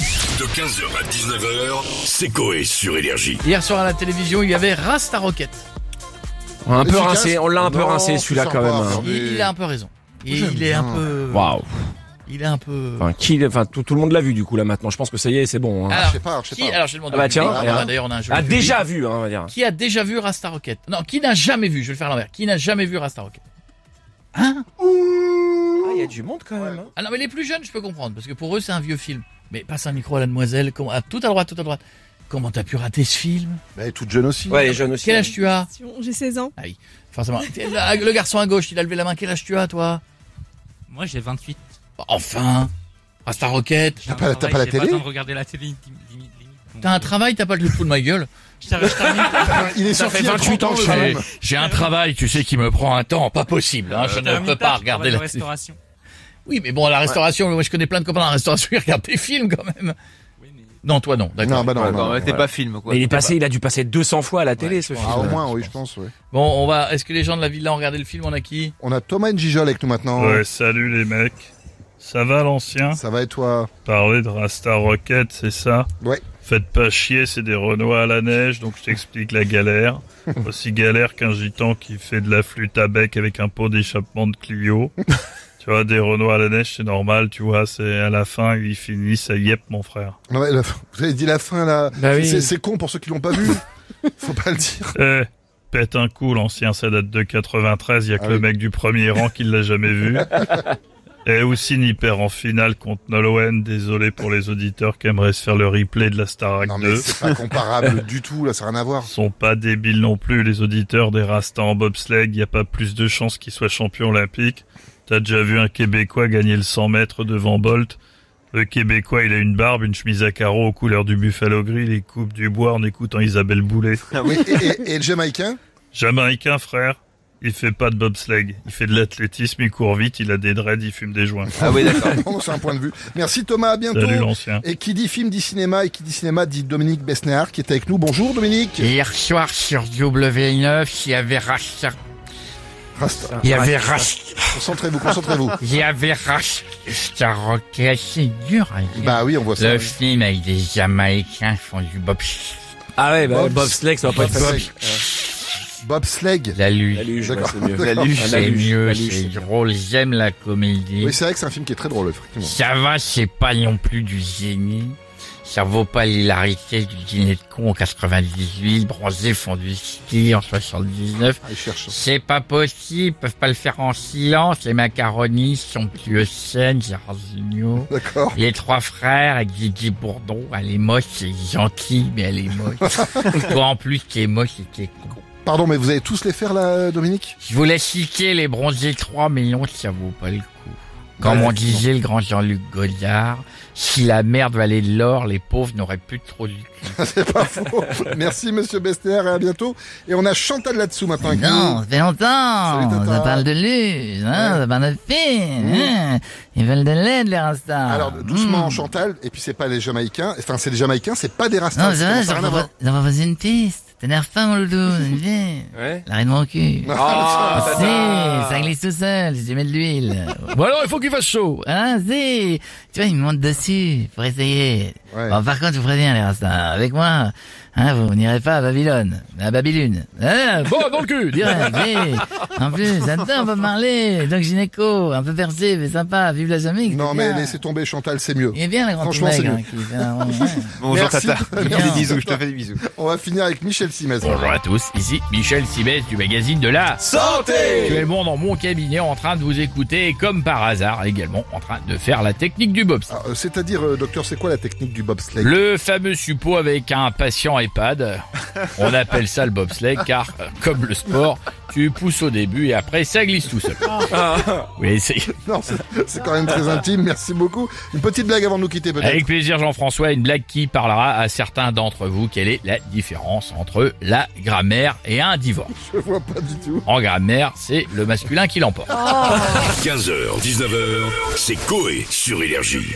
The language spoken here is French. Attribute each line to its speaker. Speaker 1: De 15h à 19h, c'est Coé sur Énergie.
Speaker 2: Hier soir à la télévision, il y avait Rasta Rocket.
Speaker 3: On l'a un peu
Speaker 4: Efficace.
Speaker 3: rincé, on l'a un peu
Speaker 4: Non,
Speaker 3: rincé celui-là
Speaker 4: c'est
Speaker 3: quand
Speaker 4: sympa,
Speaker 3: même.
Speaker 4: hein.
Speaker 2: Il,
Speaker 4: Mais-
Speaker 2: il a un peu raison. Il, il est un peu.
Speaker 3: Waouh.
Speaker 2: Il est un peu.
Speaker 3: Enfin, qui, enfin, tout, tout le monde l'a vu du coup là maintenant. Je pense que ça y est, c'est bon. hein.
Speaker 2: Ah,
Speaker 4: Ah, je sais pas, je sais
Speaker 2: Qui
Speaker 4: pas.
Speaker 2: Alors je demande.
Speaker 3: Ah bah
Speaker 2: au public.
Speaker 3: tiens,
Speaker 2: Ah,
Speaker 3: hein.
Speaker 2: d'ailleurs on a un jeu.
Speaker 3: A
Speaker 2: du public.
Speaker 3: déjà vu, hein, on va dire.
Speaker 2: Qui a déjà vu Rasta Rocket Non, qui n'a jamais vu. Je vais le faire à l'envers. Qui n'a jamais vu Rasta Rocket Hein
Speaker 3: Ah, il y a du monde quand même.
Speaker 2: Ah non, mais les plus jeunes, je peux comprendre parce que pour eux c'est un vieux film. Mais passe un micro à la demoiselle. Comment... ah, tout à droite, tout à droite. Comment t'as pu rater ce film
Speaker 4: Bah, elle est toute jeune aussi.
Speaker 3: Ouais, les jeunes aussi.
Speaker 2: Quel âge tu as
Speaker 5: J'ai 16 ans.
Speaker 2: Forcément. Le le garçon à gauche, il a levé la main. Quel âge tu as, toi
Speaker 6: Moi j'ai 28.
Speaker 2: Enfin Rasta Rocket
Speaker 4: T'as pas la- t'as pas la
Speaker 6: J'ai
Speaker 4: télé
Speaker 6: le temps de regarder la télé limite, limite, limite. Donc,
Speaker 2: T'as un travail, t'as pas le fou de ma gueule
Speaker 6: je termine- je termine.
Speaker 7: Euh,
Speaker 4: Il est
Speaker 2: Ça
Speaker 4: sorti
Speaker 2: fait
Speaker 4: il y a
Speaker 2: 28 ans que
Speaker 4: 30
Speaker 2: je
Speaker 4: quand
Speaker 2: fais.
Speaker 4: même.
Speaker 2: J'ai un travail, tu sais, qui me prend un temps pas possible. Hein, je
Speaker 6: Je
Speaker 7: Euh,
Speaker 6: termine
Speaker 2: ne
Speaker 6: tard,
Speaker 2: peux pas regarder
Speaker 6: travaille
Speaker 2: la
Speaker 6: en restauration.
Speaker 2: Oui, mais bon, à la restauration, moi je connais plein de copains à la restauration qui regardent des films quand même.
Speaker 6: Oui, mais-
Speaker 2: Non, toi non, d'accord.
Speaker 4: Non, bah non, non.
Speaker 8: D'accord, ouais, t'es pas film, quoi.
Speaker 3: Mais il est passé, il a dû passer 200 fois à la télé
Speaker 2: Ouais,
Speaker 3: ce
Speaker 2: je
Speaker 3: film.
Speaker 4: Ah, au moins, oui, je pense, ouais.
Speaker 2: Bon, on va. Est-ce que les gens de la villa ont regardé le film On a qui
Speaker 4: On a Thomas Njijol avec nous maintenant.
Speaker 9: Ouais, salut les mecs. Ça va l'ancien
Speaker 4: Ça va et toi
Speaker 9: Parler de Rasta Rocket, c'est ça
Speaker 4: Ouais.
Speaker 9: Faites pas chier, c'est des Renois à la neige, donc je t'explique la galère. Aussi galère qu'un gitan qui fait de la flûte à bec avec un pot d'échappement de Clio. tu vois, des Renois à la neige, c'est normal, tu vois, c'est à la fin, ils finissent à yep, mon frère.
Speaker 4: Non, mais la- Vous avez dit la fin là.
Speaker 3: Bah oui.
Speaker 4: C'est- C'est con pour ceux qui l'ont pas vu. Faut pas le dire.
Speaker 9: Eh, pète un coup, l'ancien, ça date de 93, y a que
Speaker 4: Ah
Speaker 9: le
Speaker 4: oui.
Speaker 9: mec du premier rang qui l'a jamais vu. Eh, Et aussi n'y perd en finale contre Nolwenn, désolé pour les auditeurs qui aimeraient se faire le replay de la Starac
Speaker 4: Non, mais
Speaker 9: 2.
Speaker 4: c'est pas comparable du tout, là, ça n'a rien à voir.
Speaker 9: sont pas débiles non plus, les auditeurs des Rastas en bobsleigh, y a pas plus de chances qu'ils soient champions olympiques. T'as déjà vu un Québécois gagner le 100 mètres devant Bolt Le Québécois, il a une barbe, une chemise à carreaux aux couleurs du Buffalo Grill, les coupes du bois en écoutant Isabelle Boulay.
Speaker 4: Oui, et, et- et le Jamaïcain
Speaker 9: Jamaïcain, frère, il fait pas de bobsleigh. Il fait de l'athlétisme, il court vite, il a des dreads, il fume des joints.
Speaker 8: Ah oui, d'accord.
Speaker 4: Bon, c'est un point de vue. Merci Thomas, à bientôt.
Speaker 9: Salut l'ancien.
Speaker 4: Et qui dit film dit cinéma, et qui dit cinéma dit Dominique Besnéard qui est avec nous. Bonjour Dominique.
Speaker 7: Hier soir sur W9, il y avait Rasta.
Speaker 4: Rasta.
Speaker 7: Il y avait Rasta.
Speaker 4: Concentrez-vous, concentrez-vous.
Speaker 7: Il y avait Rasta Rocket. C'est dur à dire.
Speaker 4: Bah oui, on voit ça.
Speaker 7: Le film avec des Jamaïcains qui font du bobsleigh.
Speaker 3: Ah ouais, bah,
Speaker 4: Bobs.
Speaker 3: Bob Sleck, ça va pas être facile.
Speaker 4: Euh, Bobsleigh.
Speaker 7: La lutte.
Speaker 3: La luge, ouais,
Speaker 4: D'accord.
Speaker 3: c'est mieux.
Speaker 4: La
Speaker 3: Ah,
Speaker 7: C'est mieux,
Speaker 3: la luge.
Speaker 7: c'est drôle. J'aime la comédie.
Speaker 4: Oui, c'est vrai que c'est un film qui est très drôle, effectivement.
Speaker 7: Mmh. Ça va, c'est pas non plus du génie. Ça vaut pas l'hilarité du dîner de con en 98, bronzé font du ski en 79.
Speaker 4: Ah, il cherche.
Speaker 7: C'est pas possible, ils peuvent pas le faire en silence. Les macaronis, Somptueusen, Gérard Jugnot.
Speaker 4: D'accord.
Speaker 7: Les trois frères avec Gigi Bourdon. Elle est moche, c'est gentil, mais elle est moche. Toi, en plus, t'es moche et t'es con.
Speaker 4: Pardon, mais vous allez tous les faire là, Dominique
Speaker 7: Je voulais citer les bronzés 3, mais non, ça vaut pas le coup. Comme
Speaker 4: Ouais,
Speaker 7: on disait le grand Jean-Luc Godard, si la merde valait de l'or, les pauvres n'auraient plus trop du cul.
Speaker 4: C'est pas faux. Merci, monsieur Besnéard, et à bientôt. Et on a Chantal là-dessous maintenant. avec nous.
Speaker 7: Non, ça fait
Speaker 4: Salut,
Speaker 7: longtemps.
Speaker 4: Tata.
Speaker 7: Ça parle de luz, hein,
Speaker 4: Ouais.
Speaker 7: ça parle de filles, hein. Ils veulent de l'aide, les rastas.
Speaker 4: Alors doucement
Speaker 7: Hmm.
Speaker 4: Chantal, et puis c'est pas les Jamaïcains, enfin c'est les Jamaïcains, c'est pas des
Speaker 7: Non,
Speaker 4: Rastas.
Speaker 7: c'est
Speaker 4: ça
Speaker 7: vrai,
Speaker 4: n'a
Speaker 7: j'en
Speaker 4: rien à voir.
Speaker 7: propose- j'en propose une piste. T'énerve pas, mon loulou, une vie.
Speaker 3: Ouais.
Speaker 7: L'arrêt de mon cul.
Speaker 3: Ah,
Speaker 7: Si, ça glisse tout seul, si tu mets de l'huile. Bon alors, il faut qu'il fasse chaud. Ah, si. Tu vois, il me monte dessus, pour essayer.
Speaker 4: Ouais.
Speaker 7: Bon, par contre, je vous préviens, les rastas, avec moi, hein, vous n'irez pas à Babylone, mais à Babylune. Hein, bon, dans le cul. Direct, si. En plus, attends, on peut parler. Donc, gynéco, un peu percé, mais sympa, vive la Jamaïque.
Speaker 4: Non
Speaker 7: c'est
Speaker 4: mais
Speaker 7: bien.
Speaker 4: laissez tomber Chantal, c'est mieux.
Speaker 7: Il est bien, le grand
Speaker 4: Franchement,
Speaker 7: Toubeg,
Speaker 4: c'est
Speaker 7: hein,
Speaker 4: mieux.
Speaker 7: qui fait un rond, ouais.
Speaker 8: Bonjour,
Speaker 4: Merci.
Speaker 8: Tata. Je te fais des
Speaker 7: Bien.
Speaker 8: bisous, je te fais des bisous.
Speaker 4: On va finir avec Michel Simès.
Speaker 2: Bonjour à tous, ici Michel Sibès du magazine de la
Speaker 8: Santé
Speaker 2: actuellement dans mon cabinet en train de vous écouter et comme par hasard également en train de faire la technique du bobsleigh.
Speaker 4: Ah, euh, C'est-à-dire, euh, docteur, c'est quoi la technique du bobsleigh
Speaker 2: Le fameux suppôt avec un patient EHPAD, on appelle ça le bobsleigh car euh, comme le sport, tu pousses au début et après ça glisse tout seul.
Speaker 3: Ah.
Speaker 2: Oui, c'est
Speaker 4: Non, c'est- c'est quand même très intime. Merci beaucoup. Une petite blague avant de nous quitter peut-être.
Speaker 2: avec plaisir Jean-François, une blague qui parlera à certains d'entre vous quelle est la différence entre la grammaire et un divorce.
Speaker 4: Je vois pas du tout.
Speaker 2: En grammaire, c'est le masculin qui l'emporte.
Speaker 1: 15h, 19h, c'est Coé sur Énergie.